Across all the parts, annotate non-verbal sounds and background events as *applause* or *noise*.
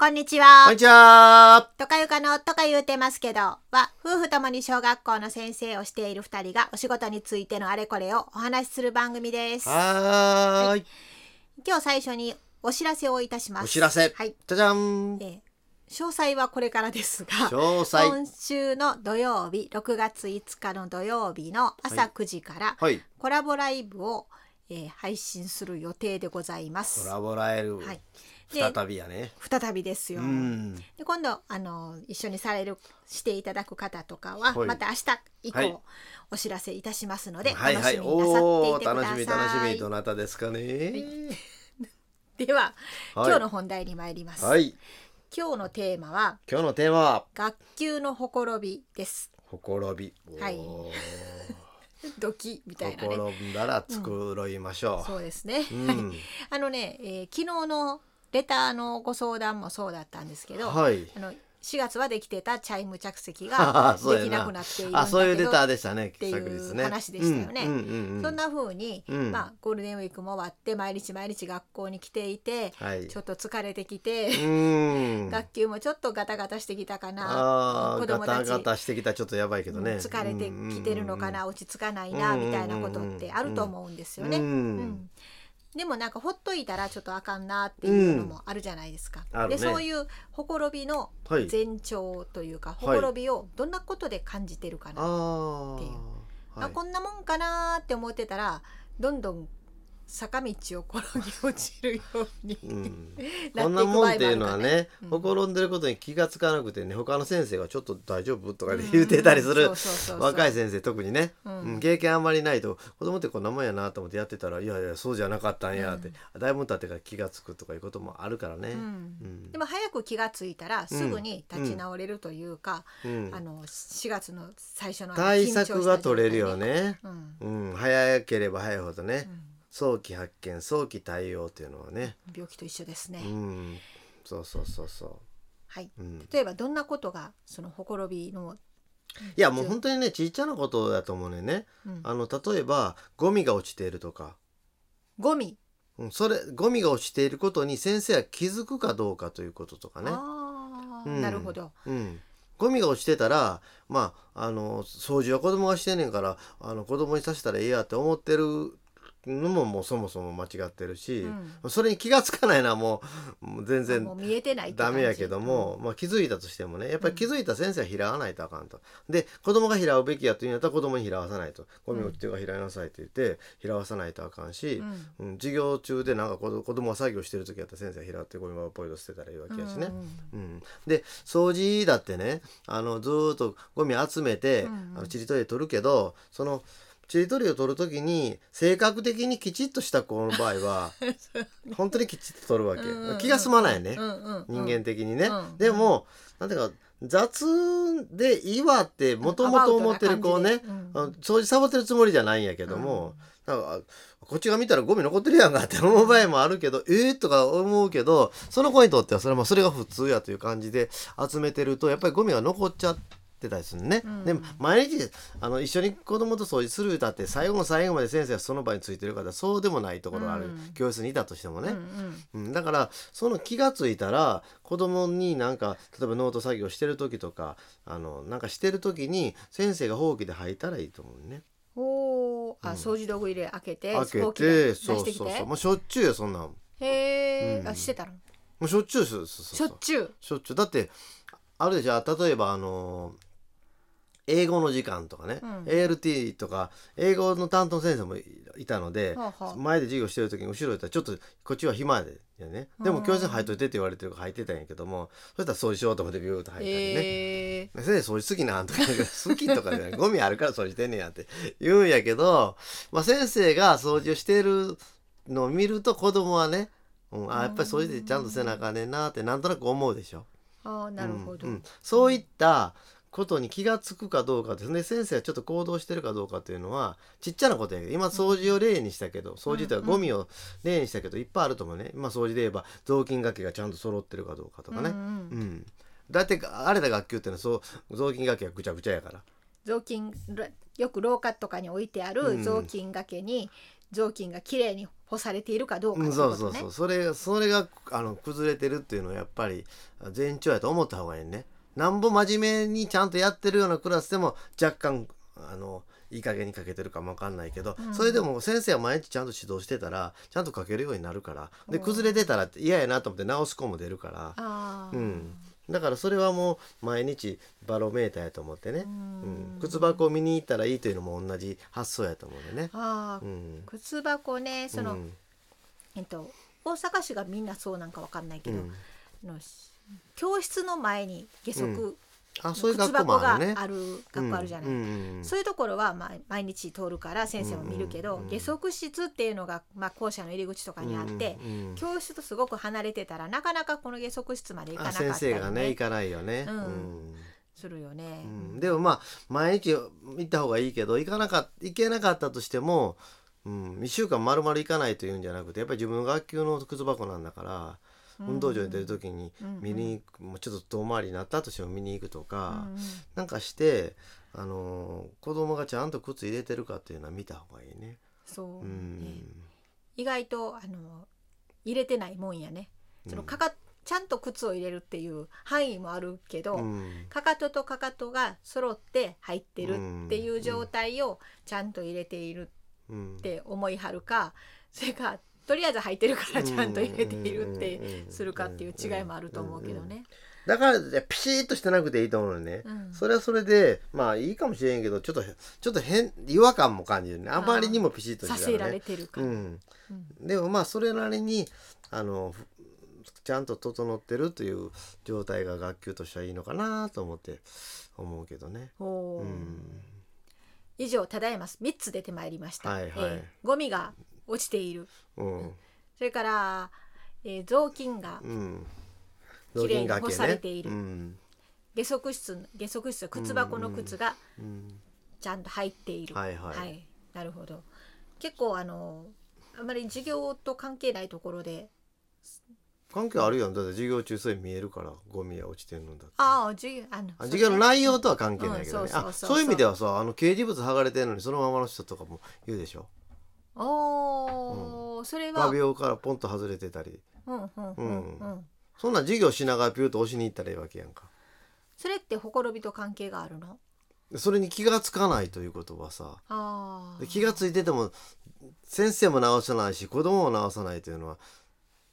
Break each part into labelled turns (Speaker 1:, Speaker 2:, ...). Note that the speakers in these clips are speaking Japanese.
Speaker 1: こんにちは。
Speaker 2: こんにちは。
Speaker 1: とかゆかのとか言うてますけどは夫婦ともに小学校の先生をしている2人がお仕事についてのあれこれをお話しする番組です。
Speaker 2: はーい。
Speaker 1: 今日最初にお知らせをいたします。
Speaker 2: お知らせ。
Speaker 1: はい。
Speaker 2: じゃじゃん
Speaker 1: え。ー詳細はこれからですが。
Speaker 2: 詳細。
Speaker 1: 今週の土曜日6月5日の土曜日の朝9時から
Speaker 2: はい。
Speaker 1: コラボライブを、えー配信する予定でございま
Speaker 2: コ
Speaker 1: す。
Speaker 2: ラボライブ。
Speaker 1: はいで
Speaker 2: 再びやね。
Speaker 1: 再びです
Speaker 2: う
Speaker 1: よ。
Speaker 2: ん。
Speaker 1: で今度あの一緒にされるしていただく方とかは、
Speaker 2: はい
Speaker 1: また明日以降、
Speaker 2: はい
Speaker 1: お知らせいたしますので、
Speaker 2: はい
Speaker 1: 楽
Speaker 2: は
Speaker 1: し
Speaker 2: い。
Speaker 1: みになさって
Speaker 2: お
Speaker 1: い
Speaker 2: おー、
Speaker 1: てくだ
Speaker 2: 楽
Speaker 1: さ
Speaker 2: し
Speaker 1: い。
Speaker 2: み楽しみ。どなたですかね。
Speaker 1: では、
Speaker 2: はい
Speaker 1: 今日の本題に参ります、
Speaker 2: はい。
Speaker 1: 今日のテーマは
Speaker 2: 今日のテーマは、
Speaker 1: 学級のほころびです。
Speaker 2: ほころび。
Speaker 1: はい
Speaker 2: おー
Speaker 1: *laughs* ドキみたいな
Speaker 2: ほこ
Speaker 1: ね。
Speaker 2: ろんだら繕いましょ
Speaker 1: そうですね。
Speaker 2: う。う
Speaker 1: はい
Speaker 2: ん。
Speaker 1: *laughs* あのね、えー昨日のレターのご相談もそうだったんですけど、
Speaker 2: はい。
Speaker 1: あの4月はできてたチャイム着席
Speaker 2: あ
Speaker 1: が
Speaker 2: *laughs* ーそうや
Speaker 1: できなくなっているんだ
Speaker 2: あ、
Speaker 1: け
Speaker 2: そういうレ
Speaker 1: ど
Speaker 2: ターでしたね。
Speaker 1: ていう
Speaker 2: 昨日ね
Speaker 1: 話でしたよね
Speaker 2: うんうんうん。
Speaker 1: そん。な風に、
Speaker 2: うん
Speaker 1: まあゴールデンウィークも終わって毎日毎日学校に来ていて、
Speaker 2: はい。
Speaker 1: ちょっと疲れてきて、
Speaker 2: うん。
Speaker 1: 学級もちょっとガタガタしてきたかな、
Speaker 2: あー
Speaker 1: 子
Speaker 2: ガ
Speaker 1: 供た
Speaker 2: タ
Speaker 1: ち
Speaker 2: ガタしてきたちょっとやばいけどね
Speaker 1: 疲れてきてるのかな、落ち着かないな、
Speaker 2: うんうんうん
Speaker 1: みたいなことってあると思うんですよね。
Speaker 2: うん
Speaker 1: うんでもなんかほっといたらちょっとあかんなっていうのもあるじゃないですか。
Speaker 2: うんある
Speaker 1: で
Speaker 2: ね
Speaker 1: そういうほころびの
Speaker 2: はい
Speaker 1: 前兆というか、
Speaker 2: い
Speaker 1: ほころびをどんなことで感じてるかな、
Speaker 2: あ
Speaker 1: っていう
Speaker 2: あ、
Speaker 1: あこんなもんかなって思ってたらどんどん坂道を転げ落ちるように
Speaker 2: うん、
Speaker 1: *laughs* なっていく場合
Speaker 2: こん
Speaker 1: もあ
Speaker 2: な
Speaker 1: る
Speaker 2: もん
Speaker 1: か
Speaker 2: っていうのは
Speaker 1: ら
Speaker 2: ね、
Speaker 1: うん
Speaker 2: ほころんでることに気がつかなくてね他の先生がちょっと大丈夫とかで言ってたりする若い
Speaker 1: 人
Speaker 2: 先生特にね、
Speaker 1: うん
Speaker 2: うん経験あんまりないと子供ってこんなもんやなと思ってやってたらいやいやそうじゃなかったんやって、だいぶ経ってから気がつくとかいうこともあるからね。うん
Speaker 1: でも早く気がついたらすぐに立ち直れるというか、
Speaker 2: うん
Speaker 1: あの4月の最初のあの
Speaker 2: 対策が取れるよ、ね。
Speaker 1: 緊張した状態うん
Speaker 2: うん、早ければ早いほどね、
Speaker 1: うん
Speaker 2: 早期発見早期対応っていうのはね、
Speaker 1: 病気と一緒ですね、
Speaker 2: うん、そうそうそうそ
Speaker 1: はい、
Speaker 2: う、うん、
Speaker 1: 例えばどんなことがそのほころびの、
Speaker 2: いやもう本当にねちっちゃなことだと思うねんね
Speaker 1: うん
Speaker 2: あの例えばゴミが落ちているとか、
Speaker 1: ゴミ、
Speaker 2: うん、それゴミが落ちていることに先生は気づくかどうかということとかね、
Speaker 1: あー
Speaker 2: うん
Speaker 1: なるほど、
Speaker 2: うん、ゴミが落ちてたらまああの掃除は子供がしてんねんからあの子供にさせたらいいやって思ってるのももうそもそも間違ってるし、
Speaker 1: うん
Speaker 2: それに気がつかないのはもうもう全然
Speaker 1: もう見えてないって
Speaker 2: ダ
Speaker 1: 感じ
Speaker 2: メやけども、まあ、気づいたとしてもねやっぱり気づいた先生は拾わないとあかんと。で子供が拾うべきやというんやったら子供に拾わさないとゴミ落ちてるから拾いなさいって言って拾わさないとあかんし
Speaker 1: う、ん
Speaker 2: うん授業中でなんか子子供が作業してる時やったら先生が拾ってゴミ箱ポイと捨てたらいいわけやしね。
Speaker 1: うんうんうん
Speaker 2: うん、で掃除だってねあのずーっとゴミ集めて、
Speaker 1: うんうん
Speaker 2: あのちりとりで取るけどそのちりとりを取る時に性格的にきちっとした子の場合
Speaker 1: *laughs*
Speaker 2: は本当にきちっと取るわけ、
Speaker 1: うんうん
Speaker 2: 気が済まないね、
Speaker 1: うんうんうん
Speaker 2: 人間的にね、
Speaker 1: うん
Speaker 2: でもなんていうか雑でいいわってもともと思ってる子ね、
Speaker 1: うん
Speaker 2: あの掃除サボってるつもりじゃないんやけども、なんかあこっちが見たらゴミ残ってるやんかって思う場合もあるけど *laughs* ええー、とか思うけどその子にとってはそれもそれが普通やという感じで集めてるとやっぱりゴミが残っちゃってたりするね、
Speaker 1: うん
Speaker 2: で毎日あの一緒に子供と掃除する歌って最後の最後まで先生はその場についてるからそうでもないところがある、
Speaker 1: うん
Speaker 2: 教室にいたとしてもね、
Speaker 1: うんうん
Speaker 2: うん、だからその気がついたら子供になんか例えばノート作業してる時とかあのなんかしてる時に先生がほうきで履いたらいいと思うね。
Speaker 1: おーあ
Speaker 2: うん
Speaker 1: 掃除道具入れ開けて
Speaker 2: 開
Speaker 1: スポー
Speaker 2: け
Speaker 1: キで
Speaker 2: て
Speaker 1: 出
Speaker 2: そう
Speaker 1: し
Speaker 2: そ
Speaker 1: て
Speaker 2: う
Speaker 1: きて
Speaker 2: そうもうしょっちゅうよそんなんも
Speaker 1: へえ、
Speaker 2: うん
Speaker 1: あしてたの
Speaker 2: うしょっちゅうですそうそう
Speaker 1: しょっちゅう
Speaker 2: しょっちゅうだってあるでしょ例えばあのー英語の時間とかね、
Speaker 1: うん
Speaker 2: ALT とか英語の担当の先生もいいたので、
Speaker 1: はあはあ
Speaker 2: 前で授業してる時に後ろ行ったらちょっとこっちは暇でやねでも
Speaker 1: うん
Speaker 2: 教室に入っといてって言われてるから入ってたんやけどもそしたら掃除しようと思ってビューッと入ったりね。
Speaker 1: へえ
Speaker 2: 先生掃除好きなんとか言うけど好きとかじゃないゴミあるから掃除してんねやって言うんやけど、まあ、先生が掃除をしてるのを見ると子供はね、うん、あやっぱり掃除でちゃんとせなあかんねんなってなんとなく思うでしょ。
Speaker 1: あーなるほど、
Speaker 2: うんうんそういったことに気がつくかどうかですね先生がちょっと行動してるかどうかというのはちっちゃなことやけど今掃除を例にしたけど掃除というかゴミを例にしたけどいっぱいあると思うね今掃除で言えば雑巾がけがちゃんと揃ってるかどうかとかね。
Speaker 1: うんうん
Speaker 2: うん、だって荒れた学級ってのはそう雑巾がけがぐちゃぐちゃやから
Speaker 1: 雑巾らよく廊下とかに置いてあ
Speaker 2: う
Speaker 1: る
Speaker 2: ん
Speaker 1: 雑巾がけに雑巾が綺麗に干されているかどうか
Speaker 2: う
Speaker 1: とい
Speaker 2: ん
Speaker 1: う
Speaker 2: そう
Speaker 1: こ
Speaker 2: そ
Speaker 1: と
Speaker 2: う
Speaker 1: ね
Speaker 2: そう。それそれがあの崩れてるっていうのはやっぱり前兆やと思った方がいいねなんぼ真面目にちゃんとやってるようなクラスでも若干あのいい加減にかけてるかもわかんないけど、
Speaker 1: うん
Speaker 2: それでも先生は毎日ちゃんと指導してたらちゃんとかけるようになるからで
Speaker 1: うん
Speaker 2: 崩れてたら嫌やなと思って直す子も出るか
Speaker 1: あ
Speaker 2: ら
Speaker 1: あ
Speaker 2: うんだからそれはもう毎日バロメーターやと思ってね、うん靴箱を見に行ったらいいというのも同じ発想やと思うんでね。
Speaker 1: ああ、
Speaker 2: うん
Speaker 1: 靴箱ねその、
Speaker 2: うん
Speaker 1: えっと大阪市がみんなそうなんかわかんないけ
Speaker 2: う
Speaker 1: ど、
Speaker 2: ん
Speaker 1: の教室の前に下
Speaker 2: う
Speaker 1: 足、
Speaker 2: あそういう
Speaker 1: 靴
Speaker 2: 学
Speaker 1: 箱
Speaker 2: 校も
Speaker 1: が
Speaker 2: あるね。
Speaker 1: ある学校あるじゃない、
Speaker 2: うんうんうん
Speaker 1: そういうところは、まあ、毎日通るから先生も見るけど、
Speaker 2: うんうんうん
Speaker 1: 下足室っていうのが、まあ、校舎の入り口とかにあって、
Speaker 2: うんうんうん
Speaker 1: 教室とすごく離れてたらなかなかこの下足室まで行かな
Speaker 2: あ
Speaker 1: かったり、
Speaker 2: 先
Speaker 1: ね、
Speaker 2: 生がね行かないよね。
Speaker 1: うん
Speaker 2: うん
Speaker 1: するよね。
Speaker 2: うんでもまあ毎日行った方がいいけど行かなかっ行けなかったとしても、うん、1週間丸々行かないというんじゃなくてやっぱり自分の学級の靴箱なんだから、運動場に出る時に見に行く、もうちょっと遠回りになったとしても見に行くとか、
Speaker 1: うんうん
Speaker 2: なんかして、あのー子供がちゃんと靴入れてるかっていうのは見た方がいいね。
Speaker 1: そう、
Speaker 2: う
Speaker 1: ね
Speaker 2: ん
Speaker 1: 意外とあの入れてないもんやね。そのかかちゃんと靴を入れるっていう範囲もあるけど、
Speaker 2: うん
Speaker 1: かかととかかとが揃って入ってるっていう状態をちゃんと入れている
Speaker 2: うん
Speaker 1: って思いはるか、それかとりあえず履いてるからちゃんと入れているっ
Speaker 2: うんうんうん
Speaker 1: て
Speaker 2: うん
Speaker 1: するかっていう違いもあると思うけどね。
Speaker 2: だからピシッとしてなくていいと思うのね、
Speaker 1: うん
Speaker 2: それはそれでまあいいかもしれんけどちょっとちょっと変違和感も感じるねあまりにもピシッと
Speaker 1: さ
Speaker 2: して
Speaker 1: せ
Speaker 2: た
Speaker 1: ら
Speaker 2: ら
Speaker 1: れ
Speaker 2: ね
Speaker 1: てるか
Speaker 2: う
Speaker 1: ら。
Speaker 2: ん、
Speaker 1: うん
Speaker 2: でもまあそれなりにあのふちゃんと整ってるという状態が学級としてはいいのかなと思って思うけどね。
Speaker 1: ほう
Speaker 2: うん
Speaker 1: 以上ただいま3つ出てまいりました、
Speaker 2: はいはい
Speaker 1: ーゴミが落ちている
Speaker 2: うん
Speaker 1: それから、えー雑巾が
Speaker 2: うん
Speaker 1: 綺麗に干されている
Speaker 2: うん
Speaker 1: 下足室下足室靴箱の靴が
Speaker 2: うん
Speaker 1: ちゃんと入っている、
Speaker 2: はいはい
Speaker 1: なるほど結構あのあまり授業と関係ないところで
Speaker 2: 関係あるやんだって授業中それ見えるからゴミが落ちてるのだって
Speaker 1: ああ授業あの
Speaker 2: あ授業の内容とは関係ないけど
Speaker 1: うん
Speaker 2: ね
Speaker 1: そうそ
Speaker 2: あ
Speaker 1: うそう
Speaker 2: そういう意味ではさあの掲示物剥がれてるのにそのままの人とかも言うでしょ
Speaker 1: おお、それは
Speaker 2: 画
Speaker 1: うん
Speaker 2: 鋲からポンと外れてたり
Speaker 1: うんうんうん、
Speaker 2: うんそんなん授業しながらピューと押しに行ったらいいわけやんか
Speaker 1: それってほころびと関係があるの
Speaker 2: それに気がつかないということはさ
Speaker 1: ああ
Speaker 2: で気がついてても先生も直さないし子供も直さないというのは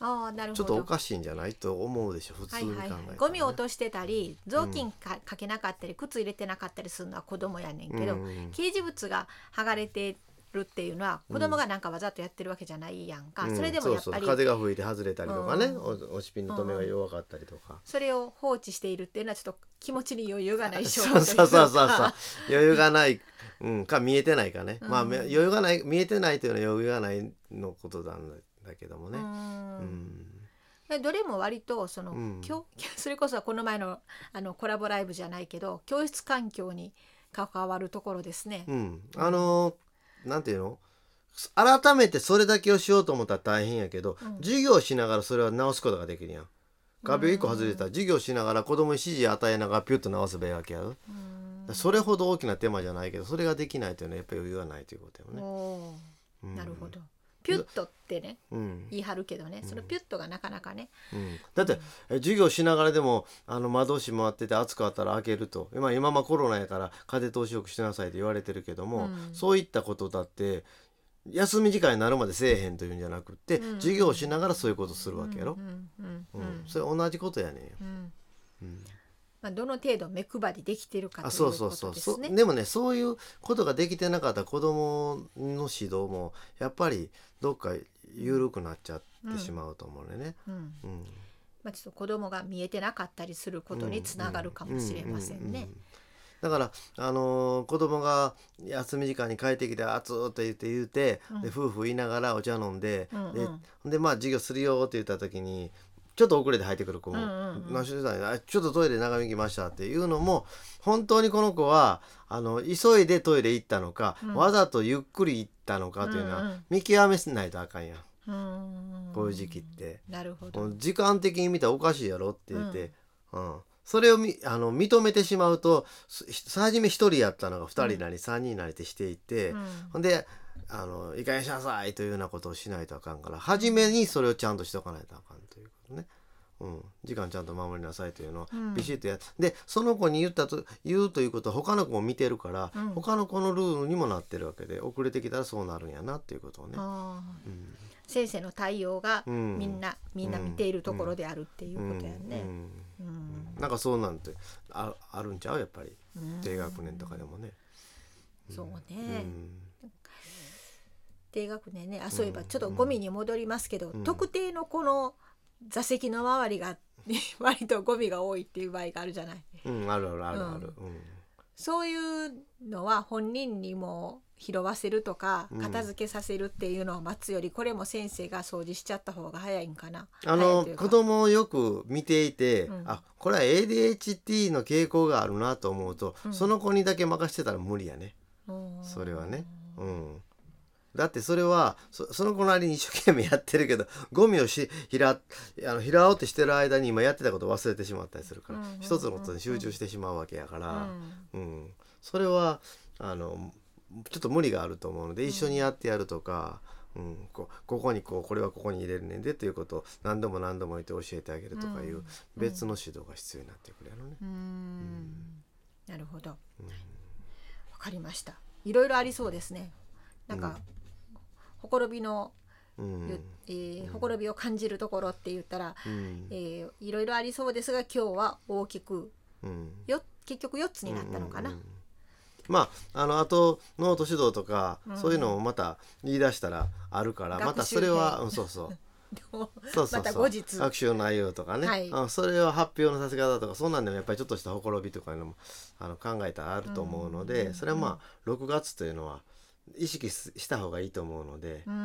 Speaker 1: ああなるほ
Speaker 2: ちょ
Speaker 1: ど
Speaker 2: っとおかしいんじゃないと思うでしょ普通
Speaker 1: は
Speaker 2: に
Speaker 1: い
Speaker 2: 考え
Speaker 1: は
Speaker 2: た
Speaker 1: いは
Speaker 2: ら
Speaker 1: い
Speaker 2: ね、
Speaker 1: ゴミを落としてたり雑巾かかけなかったり靴入れてなかったりするのは子供やねんけど、
Speaker 2: うん
Speaker 1: 掲示物が剥がれてるっていうのは子供がなんかわざとやってるわけじゃないやんか、
Speaker 2: うん
Speaker 1: それでもやっ
Speaker 2: そ
Speaker 1: ぱ
Speaker 2: うそ
Speaker 1: り
Speaker 2: う風が吹いて外れたりとかね、
Speaker 1: うん
Speaker 2: お押しピンの止めが弱かったりとか、
Speaker 1: それを放置しているっていうのはちょっと気持ちに余裕がない証拠
Speaker 2: そうそうそうそ
Speaker 1: とい
Speaker 2: うそう
Speaker 1: か
Speaker 2: 余裕がない、うん、か見えてないかね、まあ
Speaker 1: うん
Speaker 2: め余裕がない見えてないというのは余裕がないのことなんだけどもね
Speaker 1: *laughs* う、
Speaker 2: うんん
Speaker 1: でどれも割とその、
Speaker 2: うん
Speaker 1: 教 *laughs* それこそこの前のあのコラボライブじゃないけど教室環境に関わるところですね。
Speaker 2: うんあのーなんていうの改めてそれだけをしようと思ったら大変やけど、
Speaker 1: うん
Speaker 2: 授業しながらそれは直すことができるやん。画鋲1個外れたら授業しながら子供に指示与えながらピュッと直すべきわけやろ、
Speaker 1: うん
Speaker 2: それほど大きな手間じゃないけどそれができないというのはやっぱり余裕がないということよね。
Speaker 1: おー
Speaker 2: うん
Speaker 1: なるほど。ピュッとってね
Speaker 2: うん
Speaker 1: 言い張るけどね、そのピュッとがなかなかね。
Speaker 2: うんだって、え授業しながらでもあの窓閉まってて暑かったら開けると今今まあコロナやから風通しよくしなさいって言われてるけども、
Speaker 1: うん
Speaker 2: そういったことだって休み時間になるまでせえへんというんじゃなくって、
Speaker 1: うん
Speaker 2: 授業しながらそういうことするわけやろ
Speaker 1: う、んうんう
Speaker 2: う
Speaker 1: んんうん
Speaker 2: それ同じことやねんよ、
Speaker 1: うん
Speaker 2: うん
Speaker 1: まあどの程度目配りできてるか
Speaker 2: あ
Speaker 1: とい
Speaker 2: そううそ
Speaker 1: こ
Speaker 2: うそ
Speaker 1: と
Speaker 2: う
Speaker 1: で
Speaker 2: そ
Speaker 1: す
Speaker 2: う
Speaker 1: ね。
Speaker 2: でもねそういうことができてなかった子供の指導もやっぱりどっか緩くなっちゃってしまうと思うね、
Speaker 1: うん
Speaker 2: うん
Speaker 1: まあちょっと子供が見えてなかったりすることにつながるかもしれません
Speaker 2: うう
Speaker 1: ね
Speaker 2: う。だから、あのー子供が休み時間に帰ってきて「暑っ」と言って言うて、
Speaker 1: うん
Speaker 2: で夫婦言いながらお茶飲んで、
Speaker 1: うんうん
Speaker 2: ででまあ授業するよって言った時にちょっと遅れて入ってくる子も
Speaker 1: うんうんう
Speaker 2: 「
Speaker 1: ん
Speaker 2: 何してたんやあちょっとトイレ長めに来ました」っていうのも本当にこの子はあの急いでトイレ行ったのか、
Speaker 1: うん
Speaker 2: わざとゆっくり行ったのかというのは、
Speaker 1: うんうん
Speaker 2: 見極めないとあかんやん
Speaker 1: うん
Speaker 2: こういう時期って。
Speaker 1: なるほ
Speaker 2: も
Speaker 1: ど
Speaker 2: う。時間的に見たらおかしいやろって言って、うんそれをみあの認めてしまうとすひ初め1人やったのが2人なり3人なりってしていて、
Speaker 1: うん
Speaker 2: ほんであのいい加減にしなさいというようなことをしないとあかんから初めにそれをちゃんとしとかないとあかんということね。うん、時間ちゃんと守りなさいというのを
Speaker 1: うん
Speaker 2: ビシッとやっでその子に言ったと言うということは他の子も見てるから、
Speaker 1: うん
Speaker 2: 他の子のルールにもなってるわけで遅れてきたらそうなるんやなっていうことをね。
Speaker 1: あー
Speaker 2: うん
Speaker 1: 先生の対応が
Speaker 2: うん
Speaker 1: みんな、みんな見ているところであるっていうことやね。
Speaker 2: うん
Speaker 1: うん
Speaker 2: うんなんかそうなんてああるんちゃうやっぱり
Speaker 1: うん
Speaker 2: 低学年とかでもね。
Speaker 1: そうね、
Speaker 2: うん
Speaker 1: 低学年ねあそういえば
Speaker 2: うん
Speaker 1: ちょっとゴミに戻りますけど、
Speaker 2: うん
Speaker 1: 特定のこの座席の周りが *laughs* 割とゴミが多いっていう場合があるじゃない
Speaker 2: うん、あるあるあるある。うん
Speaker 1: そういうのは本人にも拾わせるとか
Speaker 2: うん
Speaker 1: 片付けさせるっていうのを待つより、これも先生が掃除しちゃった方が早いんかな。
Speaker 2: あ
Speaker 1: 早い
Speaker 2: の
Speaker 1: というか
Speaker 2: 子供をよく見ていて、
Speaker 1: うん
Speaker 2: あこれは ADHD の傾向があるなと思うと、
Speaker 1: うん
Speaker 2: その子にだけ任してたら無理やね、
Speaker 1: うん
Speaker 2: それはねうん、だってそれはそその子なりに一生懸命やってるけどゴミをしひらあの拾おうとしてる間に今やってたこと忘れてしまったりするから、
Speaker 1: うんうんうんうん
Speaker 2: 一つのことに集中してしまうわけやか
Speaker 1: う
Speaker 2: ら、
Speaker 1: ん
Speaker 2: うんそれはあのちょっと無理があると思うので一緒にやってやるとか、うんこここにこうこれはここに入れるねんでということを何度も何度も言って教えてあげるとかいううん別の指導が必要になってくるやろね。
Speaker 1: うんなるほど。わ
Speaker 2: うん
Speaker 1: かりました。いろいろありそうですね。なんか、ほころびの、
Speaker 2: うん
Speaker 1: ゆえーほころびを感じるところって言ったら、
Speaker 2: うん
Speaker 1: えーいろいろありそうですが今日は大きく
Speaker 2: うん
Speaker 1: よ結局4つになったのかな。
Speaker 2: うんうんうんまあ、あのあとノート指導とか、
Speaker 1: うん
Speaker 2: そういうのもまた言い出したらあるからまたそれは、うん、そうそう
Speaker 1: でも
Speaker 2: そうそうそ
Speaker 1: ま
Speaker 2: う
Speaker 1: た後日
Speaker 2: 握手の内容とかね、
Speaker 1: はい
Speaker 2: あそれは発表のさせ方とかそんなんでもやっぱりちょっとしたほころびとかいうのもあの考えたらあると思うので、
Speaker 1: うん
Speaker 2: それはまあ6月というのは意識すした方がいいと思うので、
Speaker 1: *laughs* う
Speaker 2: うん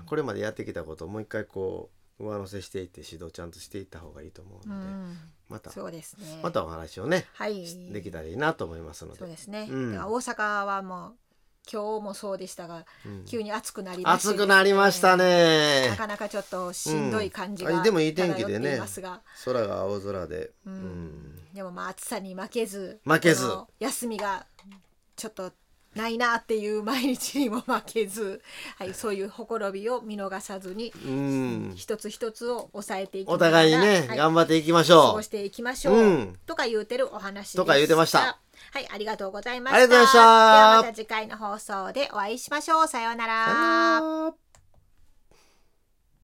Speaker 1: ん
Speaker 2: これまでやってきたことをもう一回こう上乗せしていって指導ちゃんとしていった方がいいと思
Speaker 1: う
Speaker 2: うので、
Speaker 1: ん
Speaker 2: また
Speaker 1: そうですね。
Speaker 2: またお話をね
Speaker 1: はい
Speaker 2: できたらいいなと思いますので
Speaker 1: そうですね。
Speaker 2: うん
Speaker 1: だから大阪はもう今日もそうでしたが
Speaker 2: うん
Speaker 1: 急に暑くなりまして
Speaker 2: 暑くなりましたね
Speaker 1: なかなかちょっとしんどい感じが、
Speaker 2: うんあでもいい天気で
Speaker 1: 漂っ
Speaker 2: ね
Speaker 1: ていますが、
Speaker 2: 空が青空で、
Speaker 1: う
Speaker 2: うんん
Speaker 1: でもまあ暑さに負けず
Speaker 2: 負けず
Speaker 1: あの休みがちょっとないなっていう毎日にも負けず、はい、そういうほころびを見逃さずに
Speaker 2: うん
Speaker 1: 一つ一つを抑えていきな
Speaker 2: お
Speaker 1: がら
Speaker 2: 互いにね、
Speaker 1: はい
Speaker 2: 頑張っていきまし
Speaker 1: 過
Speaker 2: ょ
Speaker 1: ご
Speaker 2: う
Speaker 1: していきましょう、
Speaker 2: うん
Speaker 1: とか言うてるお話で
Speaker 2: とか言うてました
Speaker 1: はいありがとうございました
Speaker 2: ありがとうございました
Speaker 1: ではまた次回の放送でお会いしましょうさようなら
Speaker 2: さよなら